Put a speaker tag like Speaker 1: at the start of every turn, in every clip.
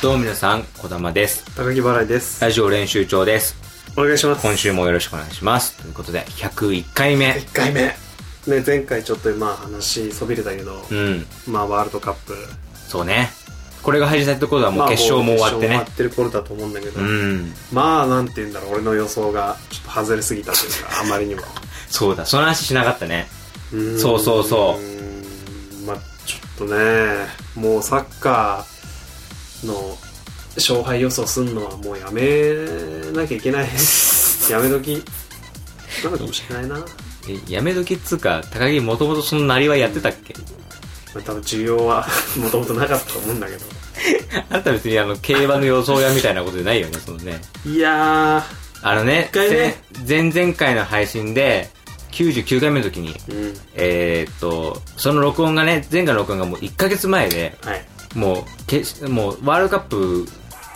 Speaker 1: どうも皆さん、こだまです。
Speaker 2: 高木払いです。
Speaker 1: ラジオ練習長です。
Speaker 2: お願いします。
Speaker 1: 今週もよろしくお願いします。ということで、101回目。
Speaker 2: 1回目。ね、前回ちょっとまあ話そびれたけど、
Speaker 1: うん、
Speaker 2: まあワールドカップ。
Speaker 1: そうね。これが配信されたところはも
Speaker 2: ま
Speaker 1: う
Speaker 2: あ
Speaker 1: 決勝も終わって
Speaker 2: もう
Speaker 1: ね
Speaker 2: 決勝終わ。ってる頃だと思うんだけど、
Speaker 1: うん、
Speaker 2: まあなんて言うんだろう、俺の予想がちょっと外れすぎたという か、あまりにも。
Speaker 1: そうだ、その話しなかったね。
Speaker 2: ん
Speaker 1: そうそうそう
Speaker 2: ーんまあちょっとね、もうサッカーの勝敗予想すんのはもうやめなきゃいけない。 やめ時なのかもしれないな。ま
Speaker 1: えやめ時っつうか、高木もともとそのなりはやってたっけ
Speaker 2: あ多分需要は もともとなかったと思うんだけど。
Speaker 1: あなた別にあの、競馬の予想やみたいなことじゃないよね、そのね。
Speaker 2: いや
Speaker 1: あのね、
Speaker 2: 一回目
Speaker 1: 前前々回の配信で、99回目の時に、
Speaker 2: ー、うん。
Speaker 1: えーっと、その録音がね、前回の録音がもう1ヶ月前で、
Speaker 2: はい。
Speaker 1: もうけ、もうワールドカップ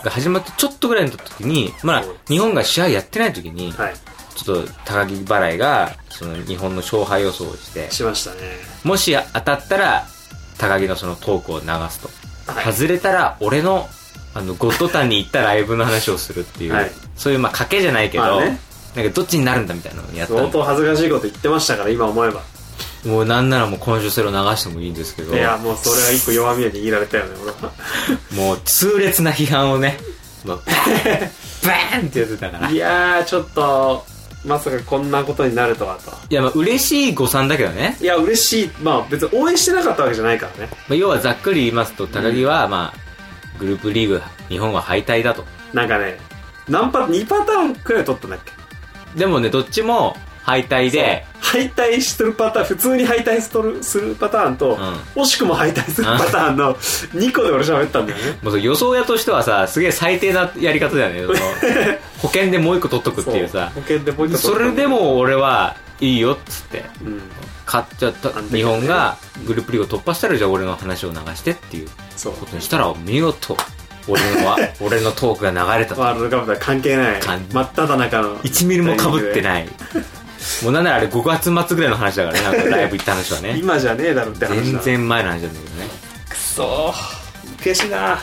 Speaker 1: が始まってちょっとぐらいの時に、まだ
Speaker 2: うん
Speaker 1: 日本が試合やってない時に、
Speaker 2: はい。
Speaker 1: ちょっと高木払いが、その日本の勝敗予想をして、
Speaker 2: しましたね。
Speaker 1: もし当たったら、高木のそのトークを流すと。
Speaker 2: はい。
Speaker 1: 外れたら、俺の、あの、ゴッドタンに行ったライブの話をするっていう、
Speaker 2: はい
Speaker 1: そういう、まあ、賭けじゃないけど、
Speaker 2: まあね
Speaker 1: なんかどっちになるんだみたいなのをやった
Speaker 2: 相
Speaker 1: の
Speaker 2: 当恥ずかしいこと言ってましたから、今思えば。
Speaker 1: もうなんならもう今週それを流してもいいんですけど
Speaker 2: い、や、もうそれは一個弱みを握られたよね、俺は。
Speaker 1: もう痛烈な批判をね、 もうバーンバーンってやってたから
Speaker 2: い。やー、ちょっと、まさかこんなことになるとはと。
Speaker 1: いや、まあ、嬉しい誤算だけどね。
Speaker 2: いや、嬉しい。まあ別に応援してなかったわけじゃないからね。
Speaker 1: まあ、要はざっくり言いますと、高木は、まあ、グループリーグ、日本は敗退だと。
Speaker 2: なんかね、何パ、2パターンくらい取ったんだっけ
Speaker 1: でもね、どっちも敗退で、
Speaker 2: 敗退してるパターン、普通に敗退しとるするパターンと、惜しくも敗退するパターンの2個で俺喋ったんだよね。
Speaker 1: もうその予想屋としてはさ、すげえ最低なやり方だ よね。その保険でもう一個取っとくっていうさ
Speaker 2: そ。保険でポイント
Speaker 1: そ
Speaker 2: 取った
Speaker 1: れ
Speaker 2: ん
Speaker 1: で
Speaker 2: だよね、
Speaker 1: も俺はいいよっつって。
Speaker 2: うん、
Speaker 1: 買っちゃった
Speaker 2: 完璧だね
Speaker 1: 日本がグループリーグを突破したらじゃあ俺の話を流してっていう
Speaker 2: そう。
Speaker 1: ことにしたら見事俺の は俺のトークが流れたと
Speaker 2: ワールドカップとは関係ない
Speaker 1: 関
Speaker 2: 真っ只中の
Speaker 1: 1ミリもかぶって
Speaker 2: い
Speaker 1: ないもうなんならあれ5月末ぐらいの話だからね なんかライブ行った話はね
Speaker 2: 今じゃねえだろって話だ
Speaker 1: 全然前の話なんだけどね
Speaker 2: くそ悔しいな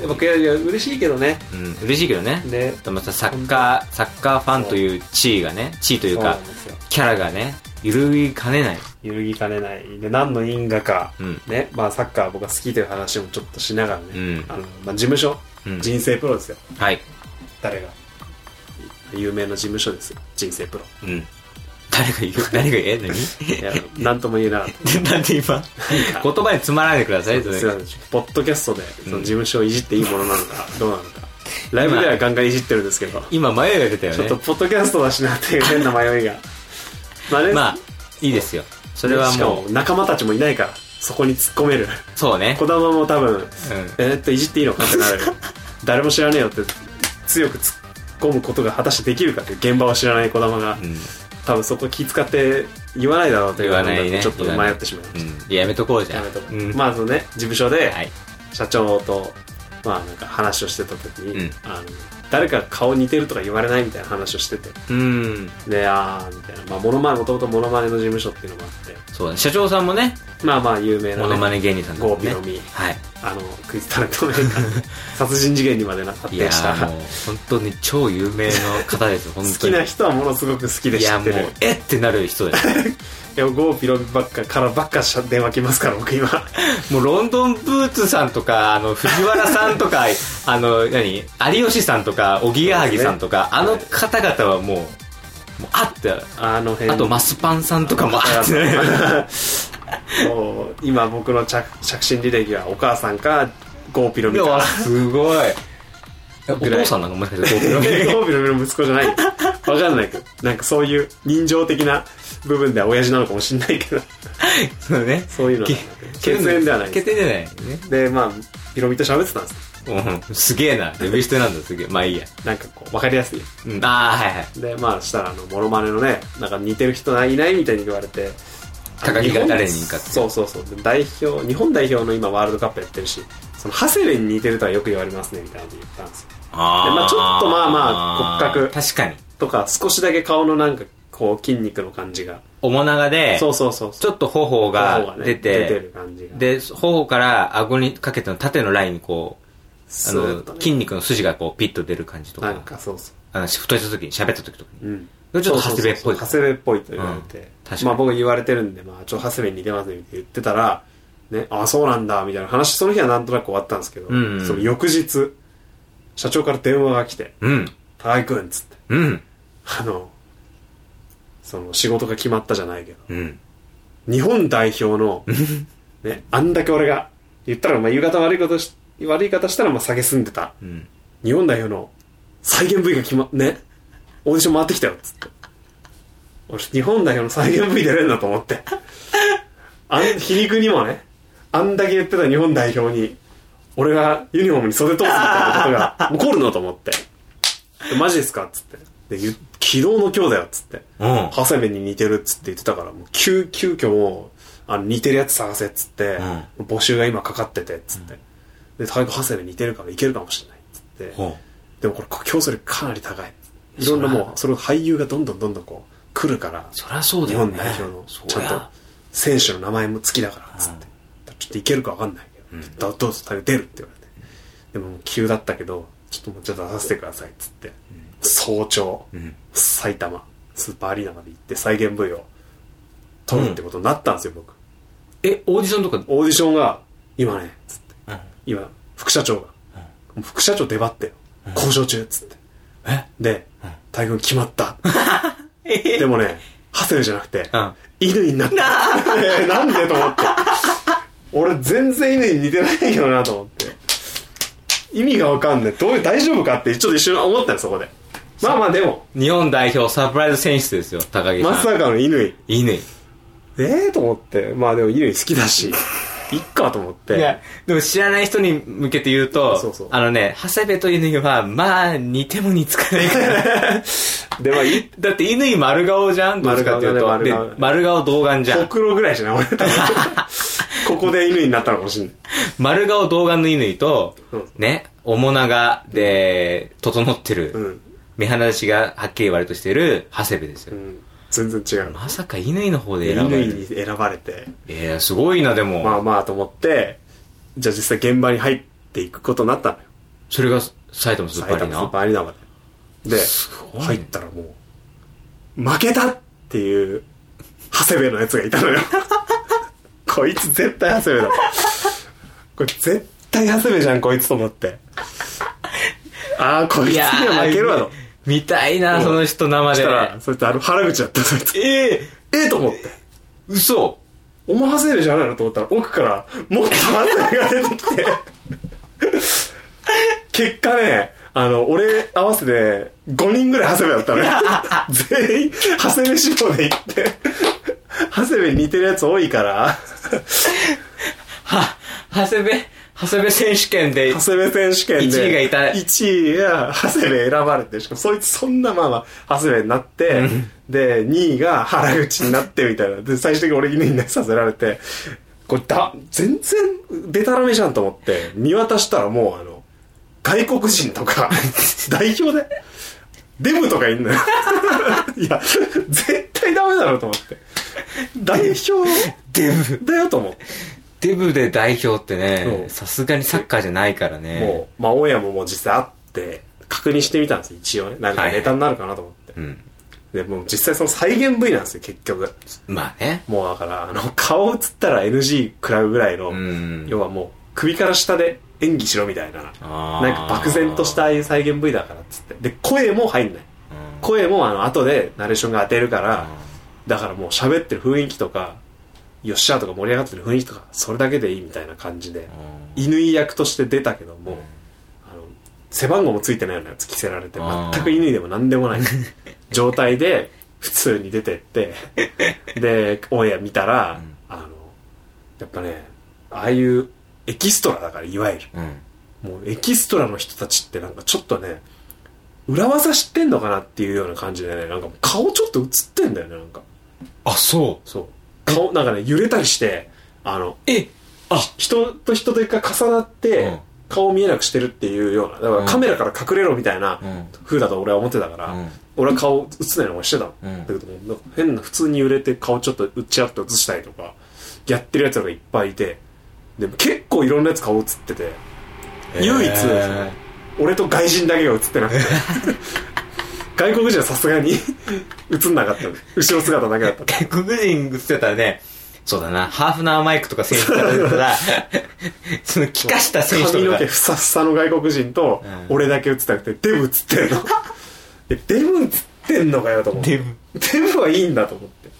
Speaker 2: でも悔しいいや嬉しいけどね
Speaker 1: うん嬉しいけどね
Speaker 2: ね
Speaker 1: でもさサッカーサッカーファンという地位がね地位というか
Speaker 2: そうなんですよ
Speaker 1: キャラがね揺るぎかねない
Speaker 2: 揺るぎかねないで何の因果か、
Speaker 1: うん
Speaker 2: ねまあサッカー僕は好きという話もちょっとしながらね、
Speaker 1: うん
Speaker 2: あのまあ、事務所、
Speaker 1: うん
Speaker 2: 人生プロですよ
Speaker 1: はい
Speaker 2: 誰が有名な事務所ですよ人生プロ
Speaker 1: うん誰が言う誰が言うえ
Speaker 2: いや何とも言えなかった
Speaker 1: 何 なんで今言葉につまらないでくださいそれ
Speaker 2: すいませんポッドキャストでその事務所をいじっていいものなの か、どうなのかライブではガンガンいじってるんですけど
Speaker 1: 今迷いが出たよ
Speaker 2: ちょっと
Speaker 1: ね
Speaker 2: ポッドキャストだしなっていう変な迷いがまあ ね
Speaker 1: まあいいですよそれは
Speaker 2: しか
Speaker 1: も
Speaker 2: も仲間たちもいないからそこに突っ込める
Speaker 1: うそうね
Speaker 2: 児玉も多分、
Speaker 1: ん
Speaker 2: えーっといじっていいのかって なる誰も知らねえよって強く突っ込むことが果たしてできるかっていう現場を知らない児玉が、
Speaker 1: うん
Speaker 2: 多分そこ気遣って言わないだろうという
Speaker 1: 言わないね
Speaker 2: ちょっと迷ってしまいま
Speaker 1: う
Speaker 2: し
Speaker 1: んいややめとこうじ
Speaker 2: た、
Speaker 1: ゃ
Speaker 2: や
Speaker 1: ん
Speaker 2: めとこう
Speaker 1: うん
Speaker 2: まあそのね事務所で
Speaker 1: はい
Speaker 2: 社長と、まあなんか話をしてた時に、
Speaker 1: うん
Speaker 2: あの誰か顔似てるとか言われないみたいな話をしてて
Speaker 1: うん
Speaker 2: でああみたいなまあモノマネもともとモノマネの事務所っていうのもあっ
Speaker 1: そうだね社長さんもね
Speaker 2: てまあまあ有名な、ね、
Speaker 1: モノマネ芸人さんだも
Speaker 2: ゴ
Speaker 1: ん
Speaker 2: ーピ
Speaker 1: ね
Speaker 2: ロミ
Speaker 1: はい
Speaker 2: あのクイズタレントの映画 殺人事件にまでな発
Speaker 1: いや
Speaker 2: 展した
Speaker 1: ーもう本当に超有名の方 ですよ本
Speaker 2: 好
Speaker 1: 当
Speaker 2: き
Speaker 1: に
Speaker 2: な人はものすごく好きで
Speaker 1: い
Speaker 2: 知
Speaker 1: や
Speaker 2: っ
Speaker 1: も
Speaker 2: て
Speaker 1: う
Speaker 2: る
Speaker 1: えってなる人だよ
Speaker 2: いやゴーピロミばっかからばっかしゃ電話来ますから僕 今
Speaker 1: もうロンドンブーツさんとかあの藤原さんと かあの何有吉さんとかおぎやはぎさんとか、あ
Speaker 2: そう
Speaker 1: の
Speaker 2: です
Speaker 1: 方々はもうもうあって
Speaker 2: あの辺
Speaker 1: あとマスパンさんとかもあ ってなる
Speaker 2: もう今僕の着着信履歴はお母さんかゴーピロ
Speaker 1: い
Speaker 2: ミ
Speaker 1: や
Speaker 2: か
Speaker 1: すご いえお父さんなんかもしかして
Speaker 2: ゴ
Speaker 1: ゴーグル
Speaker 2: ーピロミの息子じゃないわかんないけどなんかそういう人情的な部分では親父なのかもしんないけど
Speaker 1: そうね
Speaker 2: そういうのは
Speaker 1: け
Speaker 2: 血縁ではないです
Speaker 1: 血縁じゃないね
Speaker 2: でまあピロミと喋ってたんですよ
Speaker 1: うんすげえな呼び捨てなんだすげえまあいいや、
Speaker 2: なんかこう分かりやすい
Speaker 1: うん、ああはいはい
Speaker 2: でまあしたらあのモノマネのねなんか似てる人いないみたいに言われて
Speaker 1: 高木が
Speaker 2: あの
Speaker 1: 誰にかって
Speaker 2: 日本そうそうそうで代表日本代表の今ワールドカップやってるしその長谷部に似てるとはよく言われますねみたいに言ったんですよ
Speaker 1: あ
Speaker 2: でまあちょっとまあまあ骨格
Speaker 1: 確かに
Speaker 2: とか少しだけ顔のなんかこう筋肉の感じが
Speaker 1: 面長で
Speaker 2: そうそうそう
Speaker 1: ちょっと頬
Speaker 2: と
Speaker 1: が出て
Speaker 2: 出てる感じが
Speaker 1: で頬から顎にかけての縦のラインにこうあ
Speaker 2: そうだっ
Speaker 1: の
Speaker 2: たね
Speaker 1: 筋肉の筋がこうピッと出る感じとか
Speaker 2: なんかそうそ
Speaker 1: あのシフトした時に喋った時とか
Speaker 2: う、
Speaker 1: に
Speaker 2: うん、
Speaker 1: ちょっと長谷部っぽい
Speaker 2: そうそうそう長谷部っぽいと言われて、
Speaker 1: うん確かに
Speaker 2: まあ僕言われてるんで、まあ、ちょっと長谷部に似てますねって言ってたら、ね、ああ、そうなんだ、みたいな話、その日はなんとなく終わったんですけど、
Speaker 1: うんうん
Speaker 2: その翌日、社長から電話が来て、
Speaker 1: うん
Speaker 2: 高井くんっつって、
Speaker 1: うん
Speaker 2: あの、その仕事が決まったじゃないけど、
Speaker 1: うん
Speaker 2: 日本代表の、ね、あんだけ俺が、言ったら、まあ、言い方悪いことし、悪い方したら、まあ、下げすんでた、
Speaker 1: うん
Speaker 2: 日本代表の再現部位が決ま、ね、オーディション回ってきたよ、つって。俺、日本代表の再現部位出れるんだと思って。あん、皮肉にもね、あんだけ言ってた日本代表に、俺がユニフォームに袖通すみたいなことが起こるのと思って。でマジですかっつって。で、ゆ昨日の今日だよ、っつって。
Speaker 1: うん
Speaker 2: 長谷部に似てるっつって言ってたから、もう急、急遽もう、あの、似てるやつ探せっつって、募集が今かかってて、っつって。で、高井君長谷部似てるからいけるかもしれない、っつって。
Speaker 1: ほ
Speaker 2: でもこれ競争力かなり高い。いろんな
Speaker 1: そり
Speaker 2: もう、それを俳優がどんどんどんどんこう、来るから、
Speaker 1: そりゃそうだ
Speaker 2: 日
Speaker 1: よ
Speaker 2: 本
Speaker 1: ね
Speaker 2: 代表の、
Speaker 1: そ
Speaker 2: ち
Speaker 1: り
Speaker 2: ゃんと
Speaker 1: ゃ、
Speaker 2: 選手の名前も付きだから、つって。ちょっといけるかわかんないけど、だどうぞ、出るって言われて。でももう急だったけど、ちょっともうちょっと出させてください、つって。早朝、
Speaker 1: ん
Speaker 2: 埼玉、スーパーアリーナまで行って再現部位を取るってことになったんですよ、僕。
Speaker 1: えオーディションとか
Speaker 2: オーディションが、今ね、つって。今、副社長が、もう副社長出張ってよ。交渉中、つって。
Speaker 1: え
Speaker 2: で、大軍決まった。
Speaker 1: え
Speaker 2: でもね、ハセルじゃなくて、
Speaker 1: うん
Speaker 2: 犬になった。 えーなんで と思って。俺全然犬に似てないよなと思って。意味がわかんない。どういう、大丈夫かって、ちょっと一瞬思ったよ、そこで。まあまあでも、
Speaker 1: 日本代表サプライズ選出ですよ高木さん
Speaker 2: まさかの犬。
Speaker 1: いいね
Speaker 2: ええと思って。まあでも犬好き だし、いっかと思っ
Speaker 1: い
Speaker 2: て
Speaker 1: や。でも知らない人に向けて言うと
Speaker 2: そうそう
Speaker 1: あのね長谷部と乾はまあ似ても似つかないから
Speaker 2: で、まあいい、
Speaker 1: だって乾丸顔じゃんどっちかっていうと
Speaker 2: 丸顔だ
Speaker 1: で
Speaker 2: ね丸顔
Speaker 1: 丸顔童 顔じゃ
Speaker 2: ほ
Speaker 1: ん
Speaker 2: くろぐらいじゃない 俺多分ここで犬になったのかもしんない。
Speaker 1: 丸顔童顔の乾と、
Speaker 2: うん
Speaker 1: ね面長で整ってる、
Speaker 2: うん。
Speaker 1: 目鼻立ちがはっきり割としてる長谷部です
Speaker 2: う
Speaker 1: よ、
Speaker 2: ん。全然違う。
Speaker 1: まさか乾の方で選ば
Speaker 2: 乾
Speaker 1: れる
Speaker 2: に選ばれて。
Speaker 1: いやすごいなでも、
Speaker 2: まあまあと思って、じゃあ実際現場に入っていくことになったのよ。
Speaker 1: それが埼玉スーパーアリー
Speaker 2: 埼玉スー
Speaker 1: ナ
Speaker 2: パーアリーナまで。で、
Speaker 1: ごいね
Speaker 2: 入ったらもう、負けたっていう、長谷部のやつがい たのよ。こいつ絶対長谷部だ。これ絶対長谷部じゃん、こいつと思 って。ああ、こいつ
Speaker 1: い
Speaker 2: に
Speaker 1: や
Speaker 2: は 負けるわと。
Speaker 1: 見たいな、
Speaker 2: うん
Speaker 1: その人生
Speaker 2: そし
Speaker 1: で
Speaker 2: たら、そいつあの原口だった、そいつ。
Speaker 1: ええ
Speaker 2: ええと思って。
Speaker 1: 嘘
Speaker 2: お前長谷部じゃないのと思ったら奥からもっと長谷部が出てきて結果ねあの俺合わせて5人ぐらい長谷部だったのよ全員長谷部志望で行って長谷部に似てるやつ多いから
Speaker 1: は長谷部長谷部選手権で
Speaker 2: 長谷部選手権で
Speaker 1: 一位がいた
Speaker 2: 1位が長谷部選ばれてしかもそいつそんなまあまあ長谷部になってで2位が原口になってみたいなで最終的に俺犬にさせられてこれだ全然でたらめじゃんと思って見渡したらもうあの外国人 とか代表でデブとかいんのよいや絶対ダメだろうと思って代表
Speaker 1: デブ
Speaker 2: だよと思って
Speaker 1: デブで代表って
Speaker 2: そ
Speaker 1: ね
Speaker 2: う
Speaker 1: さすがにサッカーじゃないからね
Speaker 2: もう、まあ、オンエアももう実際あって、確認してみたんですよ、一応ね。なんか
Speaker 1: はい
Speaker 2: ネタになるかなと思って。
Speaker 1: うん
Speaker 2: で、もう実際その再現部位なんですよ、結局。
Speaker 1: まあね
Speaker 2: もうだから、あの、顔映ったら NG 食らうぐらいの、
Speaker 1: うん
Speaker 2: 要はもう、首から下で演技しろみたいな、なん
Speaker 1: あー
Speaker 2: か漠然としたああいう再現部位だからっつって。で、声も入んない。声もあの、後でナレーションが当てるから、だからもう喋ってる雰囲気とか、よっしゃーとか盛り上がってる雰囲気とか、それだけでいいみたいな感じで。犬役として出たけども、あの背番号もついてないようなやつ着せられて
Speaker 1: あー
Speaker 2: 全く犬でも何で もない状態で普通に出てってでオンエア見たら、あのやっぱねああいうエキストラだからいわゆる
Speaker 1: うんうん
Speaker 2: もうエキストラの人たちってなんかちょっとね裏技知ってんのかなっていうような感じでねなんか顔ちょっと映ってんだよねなんか
Speaker 1: あそ
Speaker 2: そう顔なんかね揺れたりしてあの
Speaker 1: うえあ
Speaker 2: 人と人と一回重なって、
Speaker 1: うん
Speaker 2: 顔を見えなくしてるっていうようなだからカメラから隠れろみたいな
Speaker 1: うん
Speaker 2: 風だと俺は思ってたから、
Speaker 1: うん
Speaker 2: 俺は顔映せないのもしてたの、
Speaker 1: うん
Speaker 2: だけどもうなんか変な普通に揺れて顔ちょっとうっちゃって映したりとかやってるやつらがいっぱいいてでも結構いろんなやつ顔映っててえ唯一
Speaker 1: へ
Speaker 2: 俺と外人だけが映ってなく て外国人はさすがに 映んなかった後ろ姿だけだった
Speaker 1: ー外国人映ってたらね、そうだな、ハーフナーマイクとか選手からだった ら、その、気化した選手
Speaker 2: 髪
Speaker 1: と
Speaker 2: の
Speaker 1: か
Speaker 2: 毛。ふさふさの外国人と
Speaker 1: うん
Speaker 2: 俺だけ映ってなくてデブ映っ てるのえデブ映ってんのかよと思っ
Speaker 1: デ
Speaker 2: て
Speaker 1: ブ。
Speaker 2: デブはいいんだと思って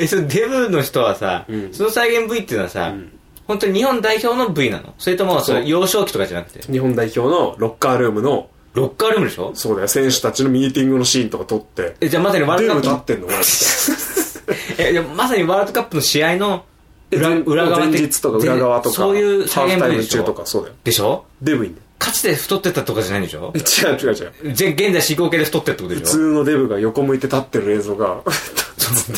Speaker 1: え、そのデブの人はさ、
Speaker 2: うん
Speaker 1: その再現部位っていうのはさ、
Speaker 2: うん
Speaker 1: 本当に日本代表の部位なのそれとも、そ
Speaker 2: そう
Speaker 1: の幼少期とかじゃなくて、
Speaker 2: 日本代表のロッカールームの
Speaker 1: ロッカールームでしょ
Speaker 2: そうだよ選手たちのミーティングのシーンとか撮って
Speaker 1: え、じゃあまさにワール
Speaker 2: デ
Speaker 1: ド
Speaker 2: ブ
Speaker 1: カ
Speaker 2: 立
Speaker 1: ッ
Speaker 2: ってんの俺
Speaker 1: プ、え、じゃあまさにワールドカップの試合の 裏
Speaker 2: 前
Speaker 1: 裏側
Speaker 2: 前日とか裏側とか
Speaker 1: そういう再現
Speaker 2: ハーフ
Speaker 1: 部
Speaker 2: タ
Speaker 1: 位
Speaker 2: イ
Speaker 1: で
Speaker 2: ム
Speaker 1: しょ
Speaker 2: 中とかそうだよ
Speaker 1: でしょ
Speaker 2: デブいいんだよ
Speaker 1: かつて太ってたとかじゃないんでしょ
Speaker 2: 違う違う違う
Speaker 1: ぜ現在進行形で太ってってこと
Speaker 2: 普
Speaker 1: でしょ
Speaker 2: 通のデブが横向いて立ってる映像が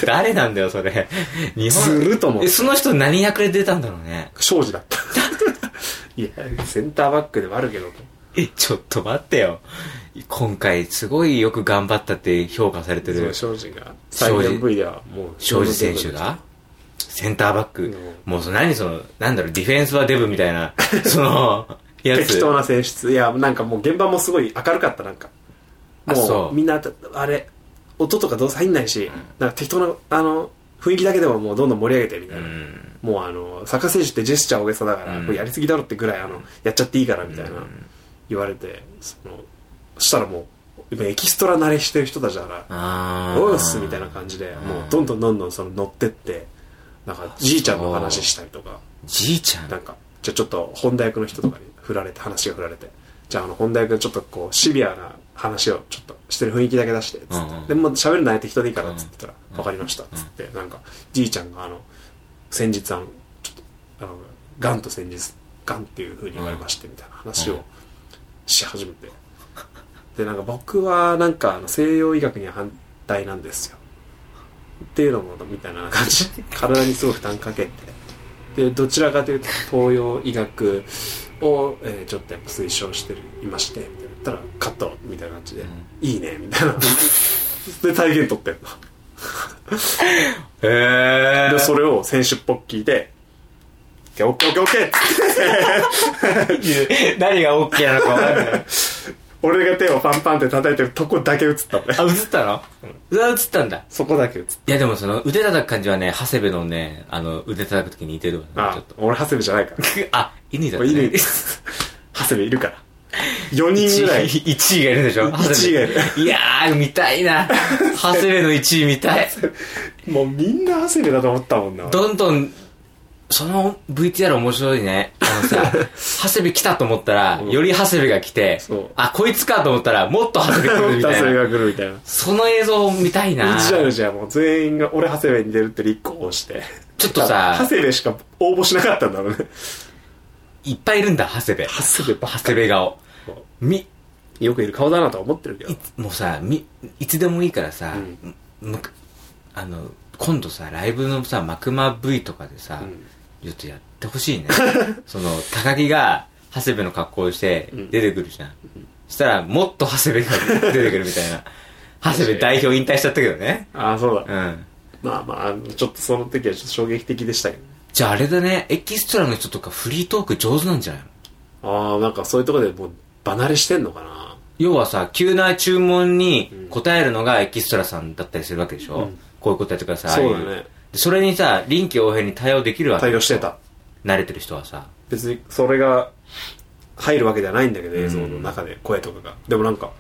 Speaker 1: 誰なんだよ、それ。日
Speaker 2: ず
Speaker 1: 本。
Speaker 2: ると思う
Speaker 1: え、その人何役で出たんだろうね。
Speaker 2: 庄司だった いやセンターバックでもあるけど
Speaker 1: え、ちょっと待ってよ。今回、すごいよく頑張ったって評価されて
Speaker 2: そう
Speaker 1: る。
Speaker 2: 庄司が
Speaker 1: 庄
Speaker 2: 最
Speaker 1: 司
Speaker 2: 年 V ではもう
Speaker 1: 庄司選手がセンターバック、
Speaker 2: うん
Speaker 1: もうその何そのなんだろうディフェンスはデブみたい なそのやつ
Speaker 2: 適当な選出いやなんかもう現場もすごい明るかったなんか
Speaker 1: あそ
Speaker 2: も
Speaker 1: う
Speaker 2: うみんなあれ音とかどうせ入んないし、なんか適当なあの雰囲気だけでももうどんどん盛り上げてみた
Speaker 1: う
Speaker 2: いな、
Speaker 1: ん
Speaker 2: もうあのサッカー選手ってジェスチャー大げさだから、
Speaker 1: うん
Speaker 2: これやりすぎだろってぐらいあのやっちゃっていいからみたいな、言われてそのそしたらもう今エキストラ慣れしてる人たちだから「
Speaker 1: ああ
Speaker 2: おうっす」みたいな感じでもうどんどんどんどんその乗ってってなんかじいちゃんの話したりとか
Speaker 1: じいちゃん
Speaker 2: なんかじゃあちょっと本大役の人とかに振られて話が振られてじゃああの本大役ちょっとこうシビアな話をちょっとしてる雰囲気だけ出してつって、
Speaker 1: うんうん
Speaker 2: でもう喋る内容適当でいいからっつってたら
Speaker 1: うん
Speaker 2: 「分かりました」っつってなんかじいちゃんがあの先日あのちょっとあのがんと先日がんっていうふうに言われましてみたいな話
Speaker 1: うん
Speaker 2: をし始めてでなんか僕はなんかあの西洋医学には反対なんですよっていうのもみたいな感じ体にすごい負担かけてでどちらかというと東洋医学を、えーちょっとやっぱ推奨してるいましてみたいな言ったらカットみたいな感じで「
Speaker 1: うん
Speaker 2: いいね」みたいなで体現取ってんの
Speaker 1: へえ
Speaker 2: でそれを選手っぽく聞いて「オッケーオッケーオッケーオッケ ー
Speaker 1: 何が OK なのか分かん ない
Speaker 2: 俺が手をパンパンって叩いてるとこだけ映ったんだよ
Speaker 1: あ映ったのうわ映ったんだ
Speaker 2: そこだけ映った
Speaker 1: いやでもその腕叩く感じはね長谷部のねあの腕叩く時に似てるわねちょ
Speaker 2: あ
Speaker 1: っと
Speaker 2: 俺長谷部じゃないから
Speaker 1: あ犬だ
Speaker 2: これ
Speaker 1: ね
Speaker 2: 犬長谷部いるから4人ぐ らい
Speaker 1: 1位がいるでしょ
Speaker 2: 一位がいる
Speaker 1: いやー見たい な長谷部の1位見たい
Speaker 2: もうみんな長谷部だと思ったもんな俺
Speaker 1: どんどんその VTR 面白いねあの さ長谷部来たと思ったらより長谷部が来て
Speaker 2: そう
Speaker 1: あこいつかと思ったらもっと長谷部来るみた
Speaker 2: 長
Speaker 1: い
Speaker 2: 谷部
Speaker 1: な
Speaker 2: が来るみたいな
Speaker 1: その映像を見たいな
Speaker 2: うちらのじゃあもう全員が俺長谷部に出るって立候補して
Speaker 1: ちょっとさ
Speaker 2: 長谷部しか応募しなかったんだろうね
Speaker 1: いっぱいいるんだ長谷部
Speaker 2: 長谷部ば
Speaker 1: 長谷部顔
Speaker 2: そう
Speaker 1: み
Speaker 2: よくいる顔だなとは思ってるけど
Speaker 1: いもうさみいつでもいいからさ、
Speaker 2: う
Speaker 1: むむあの今度さライブのさマクマ V とかでさ、
Speaker 2: ん
Speaker 1: ちょっとやってほ しいねその高木が長谷部の格好をして
Speaker 2: ん
Speaker 1: 出てくるじゃん、そしたらもっと長谷部が出てくるみたい な長谷部代表引退しちゃったけどね
Speaker 2: ああそうだ、
Speaker 1: うん
Speaker 2: まあまああのちょっとその時はちょっと衝撃的でしたけど
Speaker 1: じゃああれだねエキストラの人とかフリートーク上手なんじゃないの
Speaker 2: ああなんかそういうところでもう離れしてんのかな
Speaker 1: 要はさ急な注文に答えるのがエキストラさんだったりするわけでしょ、
Speaker 2: うん
Speaker 1: こういうことやってください
Speaker 2: そうだね
Speaker 1: でそれにさ臨機応変に対応できるわけ
Speaker 2: 対応してた
Speaker 1: 慣れてる人はさ
Speaker 2: 別にそれが入るわけではないんだけど映像の中で声とかが、でもなんか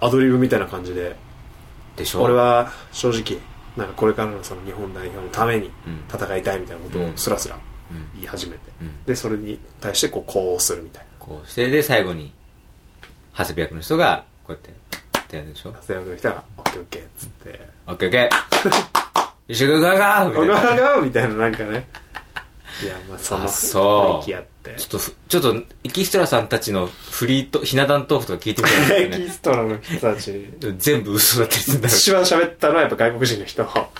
Speaker 2: アドリブみたいな感じで
Speaker 1: でしょ
Speaker 2: 俺は正直なんかこれからのその日本代表のために
Speaker 1: うん
Speaker 2: 戦いたいみたいなことをすらすら
Speaker 1: うん
Speaker 2: 言い始めて、
Speaker 1: うん
Speaker 2: でそれに対してこう呼応するみたい
Speaker 1: こうしてで最後に長谷部役の人がこうやってってやるでしょ
Speaker 2: な長谷部の人が「オッケーオッケー」っつって
Speaker 1: オッケーオッ ケー一緒にガガ
Speaker 2: 「
Speaker 1: ー
Speaker 2: お
Speaker 1: み
Speaker 2: が
Speaker 1: たいな
Speaker 2: が」みたいななんかねいやまあその
Speaker 1: あそう
Speaker 2: 雰囲気あって
Speaker 1: ちょっとふちょっとエキストラさんたちのフリーとひな壇トークとか聞いてみたいんだ
Speaker 2: エ
Speaker 1: よね
Speaker 2: キストラの人たち
Speaker 1: でも全部嘘だったりするんだろう
Speaker 2: 一番喋ったのはやっぱ外国人の人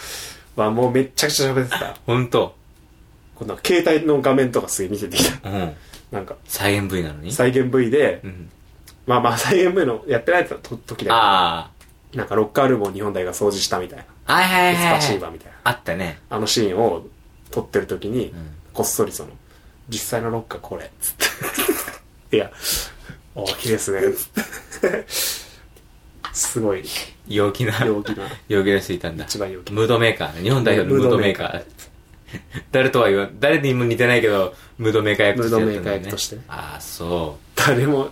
Speaker 2: はもうめっちゃくちゃ喋ってた
Speaker 1: 本当
Speaker 2: こんな携帯の画面とかすげえ見せてきた
Speaker 1: うん
Speaker 2: なんか
Speaker 1: 再現部位なのに
Speaker 2: 再現 V で、
Speaker 1: うん
Speaker 2: まあまあ再現 V のやってないってと時だよ
Speaker 1: あ
Speaker 2: なんかロッカールームを日本大が掃除したみたいな
Speaker 1: あはいはいはい
Speaker 2: 難しい
Speaker 1: は
Speaker 2: わ
Speaker 1: い
Speaker 2: みたいな
Speaker 1: あったね
Speaker 2: あのシーンを撮ってる時に
Speaker 1: ん
Speaker 2: こっそりその実際のロッカーこれっつって いや、大きいですね。 すごい、
Speaker 1: 陽気な、
Speaker 2: 陽気な、
Speaker 1: 陽気な人いたんだ。
Speaker 2: 一番陽気。
Speaker 1: ムードメーカーね。日本代表のムードメーカー。誰とは言わん、誰にも似てないけど、ムードメーカー役としてやったんだよ
Speaker 2: ムードメーカー
Speaker 1: ね
Speaker 2: 役としてね。
Speaker 1: ああ、そ
Speaker 2: 誰も、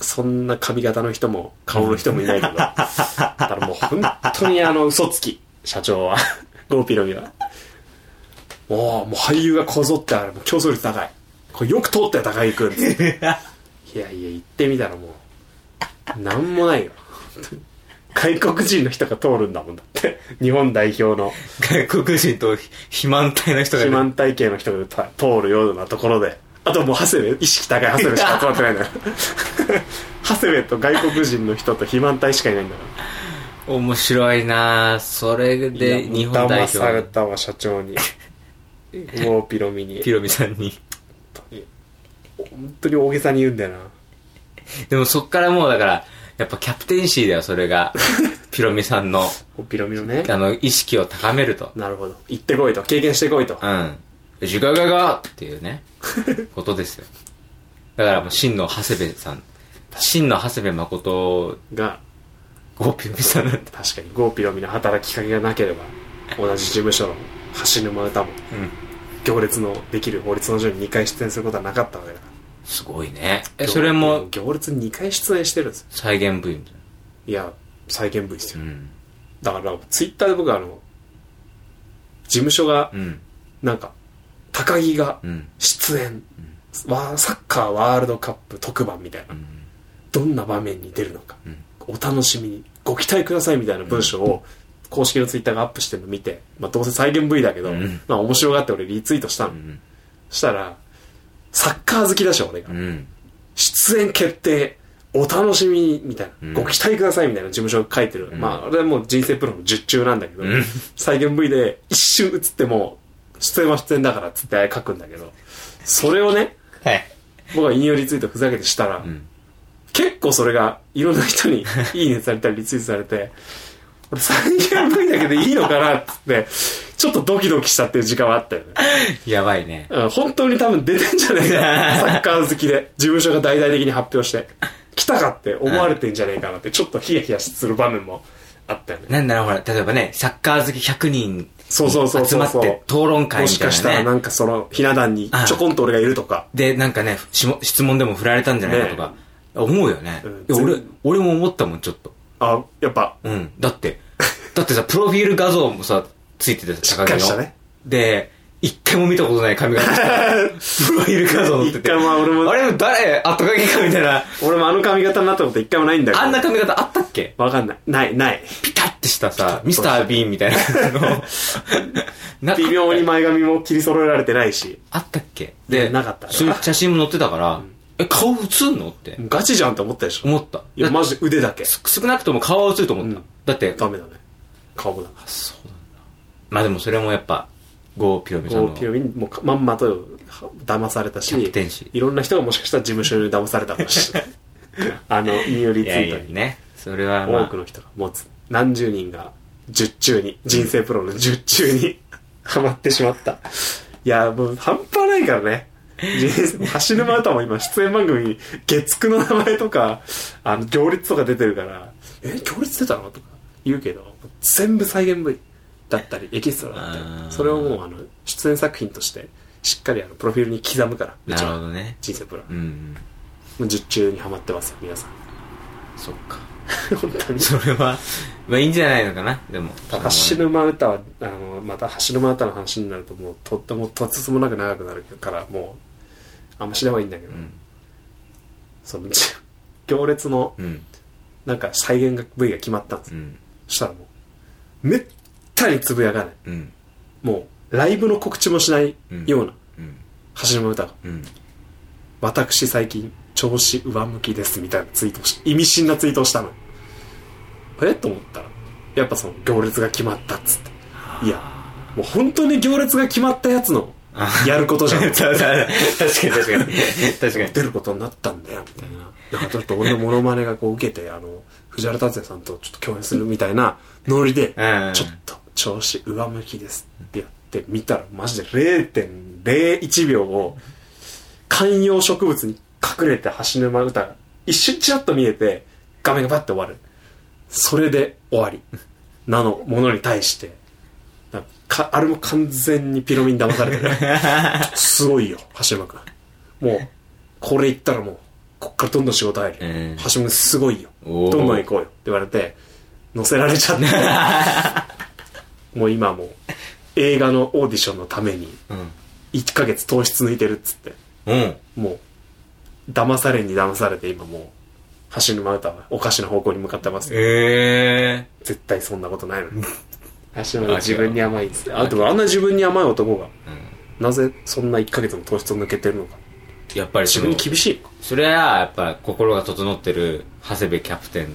Speaker 2: そんな髪型の人も、顔の人もいないけど、だからもう本当にあの、嘘つき、社長は、ゴーピロミは。もう、もう俳優がこぞってある、もう競争率高い。これよく通ったよ、高井君。いやいや、行ってみたらもう、なんもないよ。外国人の人が通るんだもんだって。日本代表の。
Speaker 1: う。外国人と肥満体の人がね、
Speaker 2: 肥満体系の人がた通るようなところであともう長谷部意識高い長谷部しか集まってないんだよ長谷部と外国人の人と肥満体しかいないんだよ
Speaker 1: 面白いなあそれで
Speaker 2: いや
Speaker 1: 日本代
Speaker 2: 騙され
Speaker 1: 表、
Speaker 2: たわ社長にもうピロミに
Speaker 1: ピロミさんに。
Speaker 2: 本当に大げさに言うんだよな
Speaker 1: でもそっからもうだから、やっぱキャプテンシーだよ、それ が。ピロミさんの、
Speaker 2: おピロミのね
Speaker 1: あの、意識を高めると。
Speaker 2: なるほど行ってこいと経験してこいと
Speaker 1: うん。ジュガガガっていうね、ことですよ。だからもう真の長谷部さん。真の長谷部誠
Speaker 2: が
Speaker 1: をピロミさんなんて。
Speaker 2: 確かにゴーピロミの働きかけがなければ同じ事務所の橋沼歌も
Speaker 1: うん。
Speaker 2: 行列のできる法律の上に2回出演することはなかったわけだから
Speaker 1: すごいね。え、それも
Speaker 2: 行列に2回出演してるんですよ
Speaker 1: 再現部員みたい
Speaker 2: いや再現 V ですよ
Speaker 1: な。うん。
Speaker 2: だからツイッターで僕あの事務所が
Speaker 1: うん。
Speaker 2: なんか高木が
Speaker 1: うん。
Speaker 2: 出演、わーサッカーワールドカップ特番みたいな、
Speaker 1: ん
Speaker 2: どんな場面に出るのか、
Speaker 1: ん
Speaker 2: お楽しみにご期待くださいみたいな文章を公式のツイッターがアップしてるの見て、まあ、どうせ再現 V だけど、
Speaker 1: ん
Speaker 2: まあ面白がって俺リツイートしたの、
Speaker 1: ん
Speaker 2: したらサッカー好きだし俺が、
Speaker 1: うん。
Speaker 2: 出演決定お楽しみにみたいな、
Speaker 1: ん
Speaker 2: ご期待くださいみたいな事務所が書いてる、まああれはもう人生プロの術中なんだけど、
Speaker 1: ん
Speaker 2: 再現 V で一瞬映っても出演は出演だからっつって書くんだけどそれをね
Speaker 1: はい。
Speaker 2: 僕は引用リツイートふざけてしたら、
Speaker 1: ん
Speaker 2: 結構それがいろんな人にいいねされたりリツイートされて俺再現 V だけでいいのかなっつってちょっとドキドキしたっていう時間はあったよね
Speaker 1: やばいね。
Speaker 2: うん本当に多分出てんじゃ ねえかサッカー好きで事務所が大々的に発表して来たかって思われてんじゃねえかなってちょっとヒヤヒヤする場面もあったよね
Speaker 1: なんだろう、ほら、例えばね、サッカー好き100人
Speaker 2: そうそうそう
Speaker 1: 集
Speaker 2: そう
Speaker 1: まって討論会みたいな、
Speaker 2: も
Speaker 1: ね。
Speaker 2: しかしたらなんかそのひな壇にちょこんと俺がいるとか
Speaker 1: で、なんかね、しも質問でも振られたんじゃないかとか、思うよね。
Speaker 2: うん
Speaker 1: いや俺
Speaker 2: 全、
Speaker 1: 俺も思ったもん、ちょっと。
Speaker 2: あやっぱ
Speaker 1: うん。だって、だってさ、 プロフィール画像もさ、ついててさ、
Speaker 2: しっかりしたね
Speaker 1: で、一回も見たことない 髪型。プロフィール画像載ってて。
Speaker 2: 一回も俺も
Speaker 1: あれ、誰後影かみたいな。
Speaker 2: 俺もあの髪型になったこと一回もないんだけど
Speaker 1: あんな髪型あったっけ
Speaker 2: わかんないないない
Speaker 1: ピタッてしたさ、ミスター・ビーンみたいなの。な
Speaker 2: 微妙に前髪も切り揃えられてないし
Speaker 1: あったっけで、
Speaker 2: なかった
Speaker 1: そういう写真も載ってたから、え、顔映んのって
Speaker 2: ガチじゃんって思ったでしょ
Speaker 1: 思った。
Speaker 2: いや
Speaker 1: だっ
Speaker 2: マジで腕だけ
Speaker 1: て少なくとも顔は映ると思った。
Speaker 2: うん
Speaker 1: だって、
Speaker 2: ダメだね顔もだから
Speaker 1: まあでもそれもやっぱ、ゴーピロミさん
Speaker 2: こ
Speaker 1: の
Speaker 2: う。ピロミにもうまんまと騙されたし
Speaker 1: キャプテンシ
Speaker 2: いろんな人がもしかしたら事務所に騙されたか もしれないあの引用リ
Speaker 1: い
Speaker 2: ツイ
Speaker 1: やいや
Speaker 2: ートに
Speaker 1: ね。それはま
Speaker 2: 多
Speaker 1: あ
Speaker 2: く、の人が持つ何十人が十中に人生プロの十中にハマってしまったいやもう半端ないからね人生橋沼歌も今出演番組に月9の名前とかあの行列とか出てるから「え行列出たの?」とか言うけど全部再現 V だったりエキストラだった
Speaker 1: あー
Speaker 2: りそれをもうあの出演作品としてしっかりあのプロフィールに刻むからう
Speaker 1: な
Speaker 2: ち
Speaker 1: る
Speaker 2: は
Speaker 1: ほどね。
Speaker 2: 人生プロ
Speaker 1: う、ん。
Speaker 2: もう術中にはまってますよ皆さん
Speaker 1: そっか。
Speaker 2: 本当に
Speaker 1: それは、まあいいんじゃないのかな、でも。
Speaker 2: 橋沼歌はあのまた橋沼歌の話になるともうとってもとつつもなく長くなるからもうあんましない方がいいんだけど、
Speaker 1: ん
Speaker 2: その行列の
Speaker 1: うん。
Speaker 2: なんか再現が V が決まったんです
Speaker 1: う
Speaker 2: よ、
Speaker 1: ん。
Speaker 2: そしたらもうめったにつぶやかない
Speaker 1: うん。
Speaker 2: もうライブの告知もしないような
Speaker 1: うん。
Speaker 2: 橋沼歌が、
Speaker 1: うん。
Speaker 2: 私最近調子上向きですみたいなツイートをし意味深なツイートをしたのえと思ったらやっぱその行列が決まったっつっていやもう本当に行列が決まったやつのや ることじゃん
Speaker 1: 確かに確かに。確かに。
Speaker 2: 出ることになったんだよみたいななんかちょっと俺のモノマネがこう受けてあの藤原竜也さんとちょっと共演するみたいなノリで、
Speaker 1: うん
Speaker 2: ちょっと調子上向きですってやって見たらマジで0.01秒を観葉植物に隠れて橋沼歌が一瞬チラッと見えて画面がバッて終わるそれで終わりなのものに対してなんかかあれも完全にピロミン騙 されてるすごいよ橋沼君もうこれ言ったらもうこっからどんどん仕事入るよ、
Speaker 1: うん
Speaker 2: 橋沼すごいよ
Speaker 1: お
Speaker 2: ど
Speaker 1: ー
Speaker 2: んどん行こうよって言われて乗せられちゃって もう今もう映画のオーディションのために
Speaker 1: うん。
Speaker 2: 1ヶ月糖質抜いてるっつって
Speaker 1: うん。
Speaker 2: もう騙されに騙されて今もう橋沼歌はおかしな方向に向かってます
Speaker 1: え
Speaker 2: 絶対そんなことないのに橋
Speaker 1: あ
Speaker 2: 沼歌
Speaker 1: 違う
Speaker 2: 自分に甘いっつってあでもあんな自分に甘い男が
Speaker 1: え
Speaker 2: なぜそんな1ヶ月の糖質を抜けてるのか
Speaker 1: やっぱり
Speaker 2: 自
Speaker 1: そ
Speaker 2: 分
Speaker 1: の
Speaker 2: に厳しい
Speaker 1: それはやっぱ心が整ってる長谷部キャプテン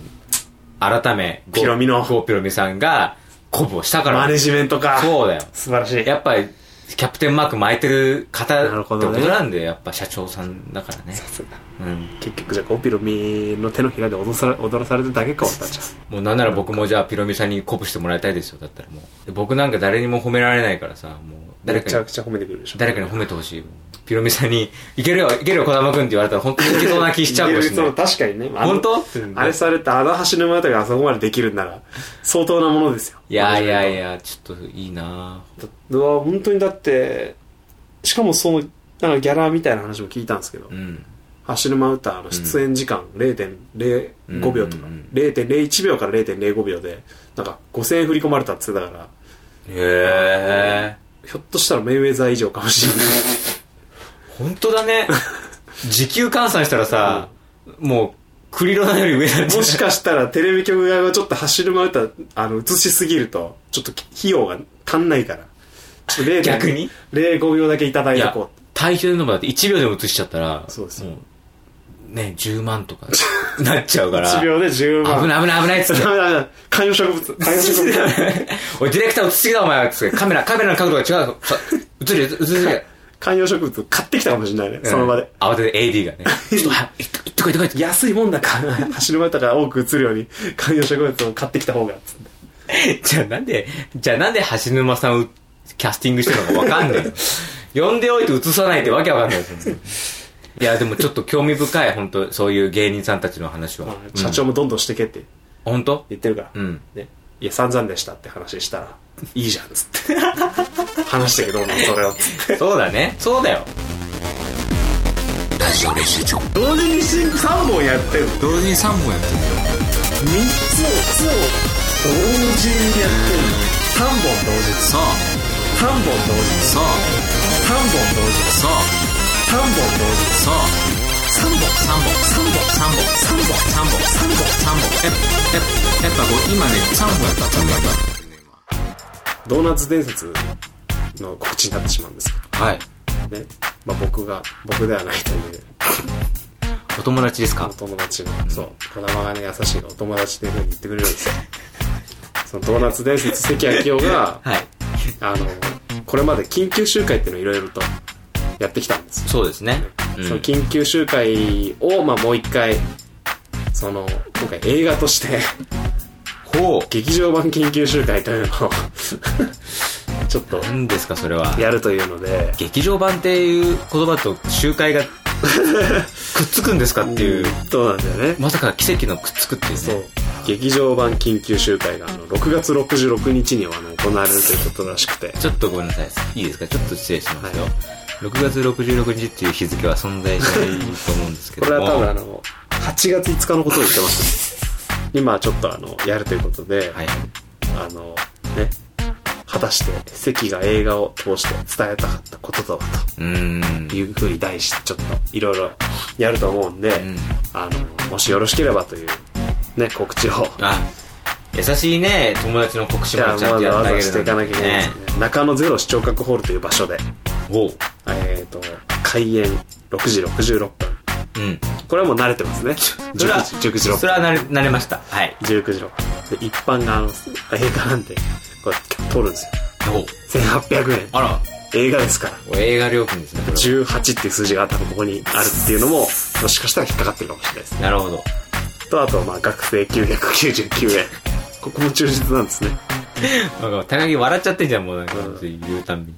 Speaker 1: 改めゴ
Speaker 2: ピロミの
Speaker 1: ゴーピロミさんが鼓舞をしたから
Speaker 2: マネジメントか
Speaker 1: そうだよ
Speaker 2: 素晴らしい
Speaker 1: やっぱりキャプテンマーク巻いてる方
Speaker 2: なるほ
Speaker 1: って
Speaker 2: ど
Speaker 1: こ
Speaker 2: ね
Speaker 1: となんでやっぱ社長さんだからね
Speaker 2: さすが
Speaker 1: うん
Speaker 2: 結局じゃあゴピロミの手のひらで踊さ踊らされてるだけか俺たちは
Speaker 1: もうなんなら僕もじゃあピロミさんに鼓舞してもらいたいですよだったらもうで僕なんか誰にも褒められないからさもう
Speaker 2: め
Speaker 1: 誰
Speaker 2: ち
Speaker 1: か
Speaker 2: ゃ
Speaker 1: に
Speaker 2: くちゃ褒めてくるでしょ
Speaker 1: 誰かに褒めてほしいピロミさんに「いけるよいけるよ児玉君」って言われたら本当にいけそうな気しちゃうかもしれな
Speaker 2: そ
Speaker 1: いう
Speaker 2: 確かにねあ
Speaker 1: 本
Speaker 2: の
Speaker 1: 当
Speaker 2: あれされたあの橋沼歌があそこまでできるんなら相当なものですよ
Speaker 1: いやいやいやちょっといいなぁ
Speaker 2: うわ本当にだってしかもそのなんかギャラみたいな話も聞いたんですけど、
Speaker 1: うん
Speaker 2: 橋沼歌の出演時間0.05秒とか、
Speaker 1: うんうんうん
Speaker 2: 0.01秒から0.05秒でなんか5000円振り込まれたって言ってたから
Speaker 1: へえ
Speaker 2: ひょっとしたらメイウェザー以上かもしれない
Speaker 1: 本当だ ね時給換算したらさ、もう栗の名より上 だね
Speaker 2: もしかしたらテレビ局側がちょっと走る間歌、あの、映しすぎると、ちょっと費用が足んないから。ちょっと0.5
Speaker 1: 逆に
Speaker 2: ?05 秒だけいただ
Speaker 1: い
Speaker 2: いて
Speaker 1: や
Speaker 2: こ
Speaker 1: 大衆の場だって1秒でも映しちゃったら
Speaker 2: そうです
Speaker 1: もうね10万 とかなっちゃう
Speaker 2: う。
Speaker 1: から
Speaker 2: 1秒で10万。
Speaker 1: 危 ない危ない危ないっつっ
Speaker 2: ダ
Speaker 1: て
Speaker 2: メだダメだ。観葉植物。観葉植物。
Speaker 1: おいディレクター映しすぎだお前つってカメラカメラの角度が違うさ映るよ映る よ
Speaker 2: 観葉植物買ってきたかもしれないね、その場で。
Speaker 1: 慌てて AD がねちょっとはい行っとこい行っとこい行っとこい
Speaker 2: 安いもんだから、走る間歌が多く映るように、観葉植物を買ってきた方が、つって
Speaker 1: じゃあなんでじゃあなんで橋沼さんをキャスティングしてるのかわかんない呼んでおいて映さないってわけわかんないですよねいやでもちょっと興味深い本当そういう芸人さんたちの話は、
Speaker 2: まあ社長もどんどんしてけって
Speaker 1: うん本当
Speaker 2: 言ってるから。
Speaker 1: うん
Speaker 2: ね。いや、散々でしたって話したら、いいじゃん、つ って。話してけど、どうなのそれを、つって。
Speaker 1: そうだねそうだよ
Speaker 2: 同時に新3本やってる
Speaker 1: 同時に3本やって
Speaker 2: 3つを同時にやってる3本同時
Speaker 1: さ
Speaker 2: 3本同時
Speaker 1: あさあ
Speaker 2: 3本同時
Speaker 1: さ
Speaker 2: 3本同
Speaker 1: あさあ
Speaker 2: 時3本
Speaker 1: 3本3本3本3本3本3本3本やっぱやっぱこう今ね3本やった3本やっ
Speaker 2: ドーナツ伝説の告知になってしまうんですけ
Speaker 1: たはい
Speaker 2: どね、まあ、僕が僕ではないという
Speaker 1: お友達です
Speaker 2: お
Speaker 1: か
Speaker 2: 友達のそう子供がね優しいお友達というふうに言ってくれるんですよ そのドーナツ伝説関明夫が
Speaker 1: はい
Speaker 2: あのこれまで緊急集会っていうのをいろいろとやってきたんですよ
Speaker 1: そうですね、うん
Speaker 2: その緊急集会を、まあ、もう一回その今回映画として
Speaker 1: ほう
Speaker 2: 劇場版緊急集会というのを ちょっと
Speaker 1: 何ですかそれは
Speaker 2: やるというので
Speaker 1: 劇場版っていう言葉と集会がくっつくんですかっていう、
Speaker 2: そうなんだよね
Speaker 1: まさか奇跡のくっつくっていうね
Speaker 2: そう劇場版緊急集会があの6月66日にはあの行われるということらしくて
Speaker 1: ちょっとごめんなさいいいですかちょっと失礼しますよ、
Speaker 2: は
Speaker 1: 6月66日っていう日付は存在しないと思うんですけ
Speaker 2: こ
Speaker 1: ども
Speaker 2: れは多分あの8月5日のことを言ってます今ちょっとあのやるということで、
Speaker 1: はい
Speaker 2: あのね果たして関が映画を通して伝えたかったこととはと
Speaker 1: うーん
Speaker 2: いうふうに題してちょっといろいろやると思うんで、
Speaker 1: ん
Speaker 2: あのもしよろしければというね告知を
Speaker 1: あ優しいね友達の告知
Speaker 2: じゃ
Speaker 1: も
Speaker 2: あま
Speaker 1: ち
Speaker 2: ず
Speaker 1: ゃんとや
Speaker 2: わ
Speaker 1: ってあ
Speaker 2: ざわざ
Speaker 1: げ
Speaker 2: して
Speaker 1: る
Speaker 2: いか
Speaker 1: の
Speaker 2: なきゃいけないですね中野ゼロ視聴覚ホールという場所で、
Speaker 1: おう
Speaker 2: えー、と開演6時66分
Speaker 1: うん
Speaker 2: これはもう慣れてますね
Speaker 1: それは
Speaker 2: 19時19時6
Speaker 1: それは慣れ慣れましたはい
Speaker 2: 分19時6分で一般があの映画なんでこれ通るんです
Speaker 1: おう
Speaker 2: よ1800円
Speaker 1: あら
Speaker 2: 映画ですから
Speaker 1: お映画料金ですねこれは
Speaker 2: 18っていう数字が多分ここにあるっていうのももしかしたら引っかかってるかもしれないです
Speaker 1: なるほど
Speaker 2: とあとまあ学生999円ここも忠実なんですね
Speaker 1: なんか高木笑っちゃってんじゃんもうなんか言うたんびに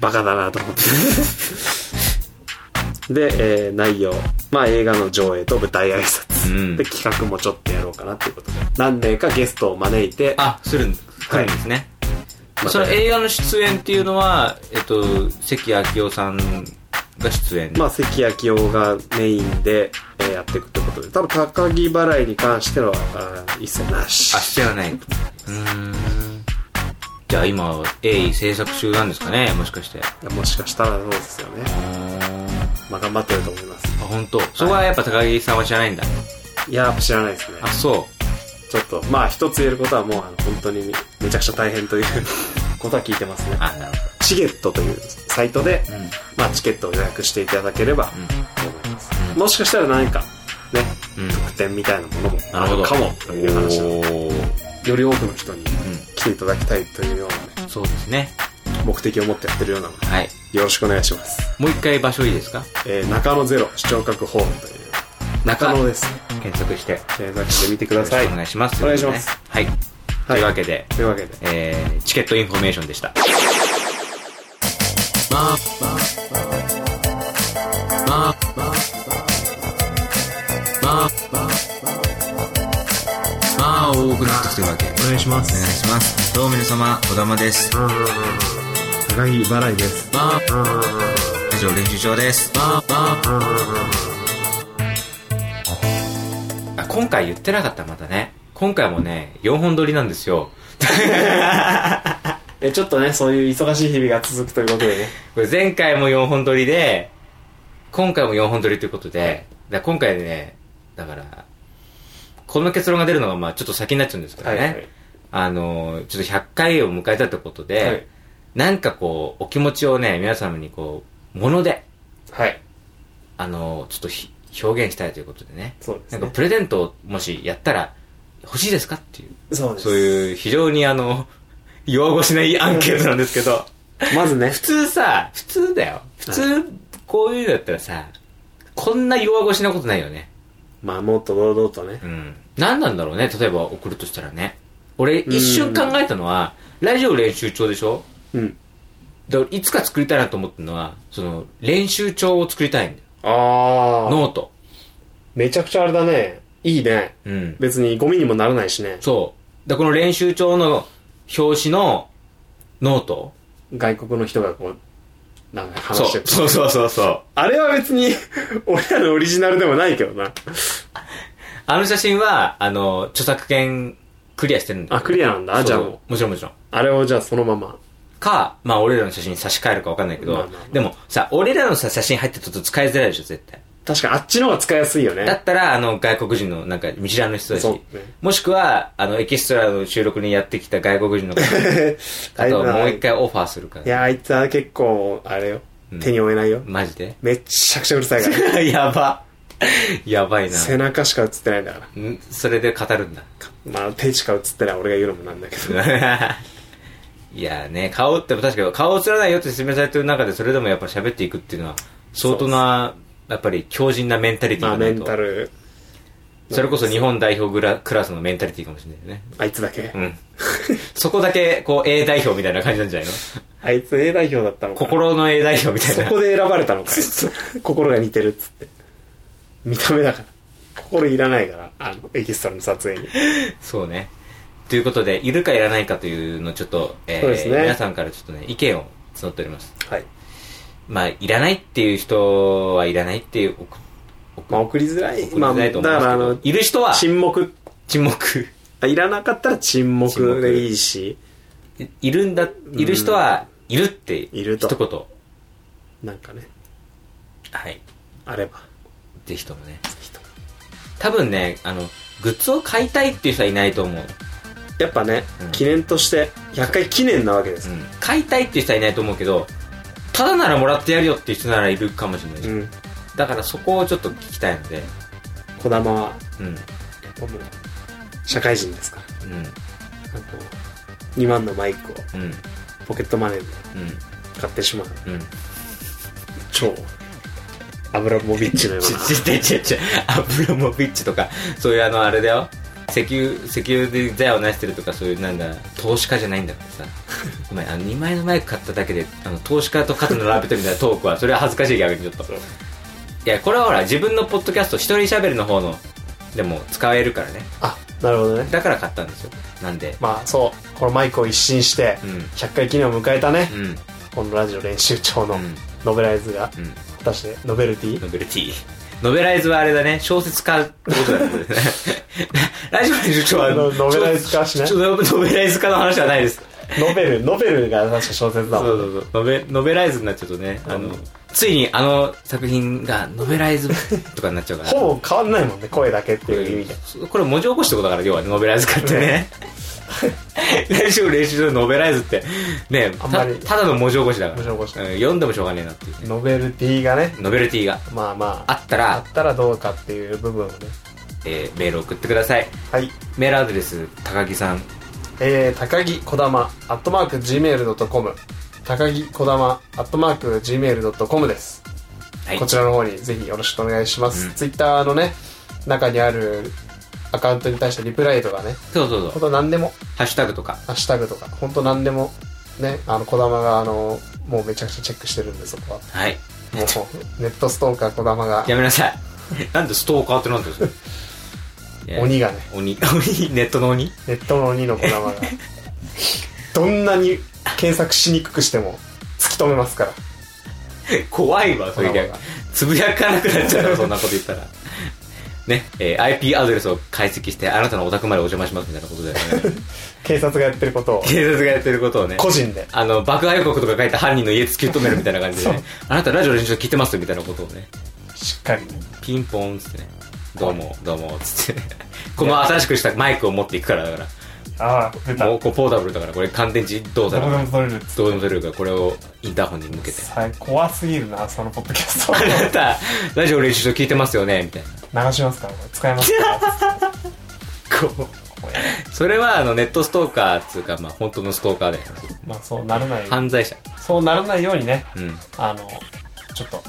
Speaker 2: バカだなと思って で、えー内容、まあ、映画の上映と舞台挨拶、
Speaker 1: うん
Speaker 2: で企画もちょっとやろうかなっていうことで何名かゲストを招いて
Speaker 1: あ、するんはいですね。
Speaker 2: また
Speaker 1: その映画の出演っていうのは、えっと、関明夫さんが出演。
Speaker 2: まあ、関明夫がメインで、えーやっていくってことで多分高木払いに関してはあー一切なし
Speaker 1: あ、してはない。うーん。じゃあ今は鋭意制作中なんですかね、もしかして。
Speaker 2: もしかしたらそうですよね、まあ、頑張ってると思います
Speaker 1: あ、本当。そこはやっぱ高木さんは知らないんだ。
Speaker 2: いやー知らないですね
Speaker 1: あ、そ
Speaker 2: ちょっとまあ一つ言えることはもうあの本当にめちゃくちゃ大変という ことは聞いてますね
Speaker 1: う。あ、なる
Speaker 2: チゲットというサイトで、
Speaker 1: ほど。うん。
Speaker 2: まあ、チケットを予約していただければと思います、もしかしたら何かね
Speaker 1: うん。
Speaker 2: 特典みたいなものも
Speaker 1: なる
Speaker 2: あ
Speaker 1: ほ
Speaker 2: る
Speaker 1: ど。
Speaker 2: かもという話を
Speaker 1: おー
Speaker 2: より多くの人に
Speaker 1: う
Speaker 2: 来ていただきたいというようなね
Speaker 1: ん。そうですね。
Speaker 2: 目的を持ってやってるようなので
Speaker 1: はい。
Speaker 2: よろしくお願いします、
Speaker 1: もう一回場所いいですか
Speaker 2: えー中野ゼロ視聴覚ホームという中野ですね
Speaker 1: 検索して。
Speaker 2: 検索してみてく
Speaker 1: く
Speaker 2: ださい
Speaker 1: お願いします。
Speaker 2: お願いします
Speaker 1: はい。というわけで、
Speaker 2: というわけで
Speaker 1: えー、チケットインフォメーションでした。
Speaker 3: まあ多くなってきてるわけお願
Speaker 2: お願いしま
Speaker 3: いしますどうも皆様小玉です
Speaker 2: 高木払いです
Speaker 3: まあ以上練習場ですまあまあ
Speaker 1: あ今回言ってなかったまたね今回もね4本撮りなんですよ
Speaker 2: えちょっとねそういう忙しい日々が続くということでね
Speaker 1: これ前回も4本撮りで今回も4本撮りということでだから今回ねだからこの結論が出るのがまあちょっと先になっちゃうんですけどね、あのーちょっと100回を迎えたということで、
Speaker 2: はい
Speaker 1: なんかこうお気持ちをね皆様にこうもので
Speaker 2: はい
Speaker 1: あのーちょっとひ表現したいということでね
Speaker 2: そうです
Speaker 1: な
Speaker 2: ね
Speaker 1: んかプレゼントをもしやったら欲しいですかっていう
Speaker 2: そうです
Speaker 1: そういう非常にあの、用語しないアンケートなんですけど、
Speaker 2: まずね
Speaker 1: 普通さ、普通だよ。普通、こういうのだったらさ、こんな弱腰なことないよね。
Speaker 2: まあもっと堂々とね
Speaker 1: うん。何なんだろうね、例えば送るとしたらね。俺、一瞬考えたのは、ラジオ練習帳でしょ
Speaker 2: うん
Speaker 1: だからいつか作りたいなと思ったのは、その、練習帳を作りたいんだよ。
Speaker 2: ああ
Speaker 1: ノート。
Speaker 2: めちゃくちゃあれだねいいね
Speaker 1: うん。
Speaker 2: 別にゴミにもならないしね
Speaker 1: そう。だからこの練習帳の表紙のノート。
Speaker 2: 外国の人がこうなんか
Speaker 1: そ
Speaker 2: 話
Speaker 1: う
Speaker 2: してる
Speaker 1: そうそうそうそう。
Speaker 2: あれは別に 俺らのオリジナルでもないけどな
Speaker 1: あの写真は、あの、著作権クリアしてるんだ
Speaker 2: あクリアなんだ
Speaker 1: そう
Speaker 2: じゃあも
Speaker 1: もちろんもちろん。
Speaker 2: あれをじゃあそのまま
Speaker 1: か、まあ俺らの写真に差し替えるかわかんないけど、
Speaker 2: まあまあまあ
Speaker 1: でもさ、俺らのさ、写真入ってると使いづらいでしょ、絶対。
Speaker 2: 確かにあっちの方が使いやすいよ
Speaker 1: だ
Speaker 2: ね
Speaker 1: ったら、あの、外国人の、なんか、見知らぬ人だし、
Speaker 2: そうね
Speaker 1: もしくは、あの、エキストラの収録にやってきた外国 人の方あともう一回オファーするか
Speaker 2: い
Speaker 1: ら。
Speaker 2: やあいつは結構あれよ、
Speaker 1: うん
Speaker 2: 手に負えないよ
Speaker 1: マジで
Speaker 2: めっちゃくちゃうるさいから
Speaker 1: やば。やばいな。
Speaker 2: 背中しか映ってないんだから
Speaker 1: んそれで語るんだ。
Speaker 2: まあ手しか映ってない俺が言うのもなんだけど
Speaker 1: いやーね、顔って確かに顔映らないよって説明されてる中でそれでもやっぱ喋っていくっていうのは相当な、やっぱり強靭なメンタリティ
Speaker 2: まあ
Speaker 1: がな
Speaker 2: メ
Speaker 1: い
Speaker 2: ン
Speaker 1: と。
Speaker 2: タル
Speaker 1: それこそ日本代表グラクラスのメンタリティかもしれないよね。
Speaker 2: あいつだけ、
Speaker 1: うん。 そこだけ、こう A 代表みたいな感じなんじゃないの
Speaker 2: あいつ A 代表だったのかな
Speaker 1: 心の A 代表みたい
Speaker 2: そ
Speaker 1: な。
Speaker 2: こで選ばれたのか い心が似てるっつって見た目だから心いらないからあのエキストラの撮影に
Speaker 1: そうね。ということで、いるかいらないかというのをちょっと、え
Speaker 2: そうですね
Speaker 1: 皆さんからちょっとね、意見を募っております。
Speaker 2: はい
Speaker 1: まあ、いらないっていう人はいらないっていう、送
Speaker 2: まあ送りづらい
Speaker 1: 送りづらいと思い
Speaker 2: まあ、
Speaker 1: ます
Speaker 2: だか
Speaker 1: け
Speaker 2: らあ
Speaker 1: ど、
Speaker 2: の
Speaker 1: いる人は
Speaker 2: 沈黙
Speaker 1: 沈黙。
Speaker 2: あいらなかったら沈黙でいいし
Speaker 1: いいるんだ、いる人は、いるって、
Speaker 2: いると
Speaker 1: 一言。
Speaker 2: なんかね
Speaker 1: はい。
Speaker 2: あれば
Speaker 1: ぜひともね。多分ね、あの、グッズを買いたいっていう人はいないと思う。
Speaker 2: やっぱね、
Speaker 1: うん
Speaker 2: 記念として100回記念なわけです
Speaker 1: う、ん。買いたいっていう人はいないと思うけど、ただならもらってやるよっていう人ならいるかもしれない。
Speaker 2: うん、
Speaker 1: だからそこをちょっと聞きたいので、
Speaker 2: 児玉は
Speaker 1: うん。うん。
Speaker 2: やっぱもう社会人ですからなんかもう2万のマイクを
Speaker 1: うん。
Speaker 2: ポケットマネーで買ってしまう
Speaker 1: うん。うん。
Speaker 2: 超アブラモビッチのよう
Speaker 1: ち
Speaker 2: な
Speaker 1: ちち ちち、アブラモビッチとか、そういうあの、あれだよ。石油、石油で財を成してるとか、そういうなんだ、投資家じゃないんだからさ。お前、あの、2枚のマイク買っただけで、あの、投資家と肩並べてみたいなトークは、それは恥ずかしい逆にちょっと。いや、これはほら、自分のポッドキャスト、一人喋るの方の、でも使えるからね。
Speaker 2: あなるほどね
Speaker 1: だから買ったんですよ。なんで。
Speaker 2: まあそうこのマイクを一新して
Speaker 1: うん
Speaker 2: 100回記念を迎えたね、
Speaker 1: うん。
Speaker 2: このラジオ練習長の
Speaker 1: うん
Speaker 2: ノベライズが
Speaker 1: うん。
Speaker 2: 果たしてノベルティ
Speaker 1: ノベルティ。ノベライズはあれだね、小説家ってことだね。 ラジオの受長は、
Speaker 2: ノノベライズ化しない
Speaker 1: ちょちょノベライズ化の話はないです。
Speaker 2: ノベルノベルが確か小説だもん
Speaker 1: そうそうそうノベノベライズになっちゃうとねあの、ついにあの作品がノベライズとかになっちゃうから
Speaker 2: ほぼ変わんないもんね声だけっていう意味で
Speaker 1: うんこれ文字起こしってことだから要はノベライズ化って ね練習練習のノベライズってね
Speaker 2: あんまり
Speaker 1: たただの文字起こしだから
Speaker 2: 文字起こし
Speaker 1: うん読んでもしょうがねえなっていうね
Speaker 2: ノベルティがね
Speaker 1: ノベルティが
Speaker 2: まあま
Speaker 1: あ
Speaker 2: あ
Speaker 1: った
Speaker 2: あ
Speaker 1: ら
Speaker 2: っ、たらどうかっていう部分をね
Speaker 1: えーメール送ってください
Speaker 2: はい
Speaker 1: メールアドレス高木さん
Speaker 2: えー、高木こだまアットマーク Gmail.com 高木こだまアットマーク Gmail.com です、
Speaker 1: はい
Speaker 2: こちらの方にぜひよろしくお願いします、
Speaker 1: うん
Speaker 2: ツイッターのね中にあるアカウントに対してリプライとかね
Speaker 1: そうそうそ
Speaker 2: ほん
Speaker 1: う
Speaker 2: と何でも
Speaker 1: ハッシュタグとか
Speaker 2: ハッシュタグとかほんと何でもねあのこだまがあのもうめちゃくちゃチェックしてるんでそこは
Speaker 1: はい
Speaker 2: もうネットストーカーこだまが
Speaker 1: やめなさ いなんでストーカーってなんですか
Speaker 2: 鬼がね
Speaker 1: 鬼鬼ネットの鬼
Speaker 2: ネットの鬼のこだ まがどんなに検索しにくくしても突き止めますから
Speaker 1: 怖いわ、それ
Speaker 2: まあ
Speaker 1: 逆
Speaker 2: まあま
Speaker 1: つぶやかなくなっちゃうよそんなこと言ったら。ね、えー IP アドレスを解析して、あなたのお宅までお邪魔しますみたいなことだよね。
Speaker 2: 警察がやってることを
Speaker 1: 警察がやってることをね。
Speaker 2: 個人で
Speaker 1: あの、爆破予告とか書いて犯人の家突き止めるみたいな感じで、ね、あなたラジオ練習聞いてますみたいなことをね。
Speaker 2: しっかりね
Speaker 1: ピンポンっつってね。どうも、どうも、つって。 この新しくしたマイクを持っていくからだか
Speaker 2: ああ出
Speaker 1: ら。もうこうポータブルだから、これ乾電池動作だから。
Speaker 2: 取れる
Speaker 1: どうでも取れるから、これをインターホンに向けて。
Speaker 2: 怖すぎるなそのポッドキャ スト
Speaker 1: あなた、ラジオ練習聞いてますよねみたいな。
Speaker 2: 流しますからこれ使えますから
Speaker 1: こうそれはあのネットストーカーっつうかまあ本当のストーカーだよ
Speaker 2: まあそうならない
Speaker 1: 犯罪者
Speaker 2: そうならないようにね
Speaker 1: うん
Speaker 2: あのちょっと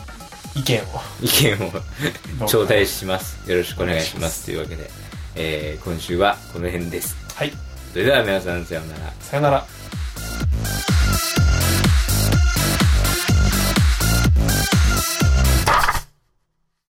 Speaker 2: 意見を
Speaker 1: 意見 を頂戴しますよろしくお願いしますというわけで、えー今週はこの辺です
Speaker 2: はい
Speaker 1: それでは皆さんさようなら
Speaker 2: さよなら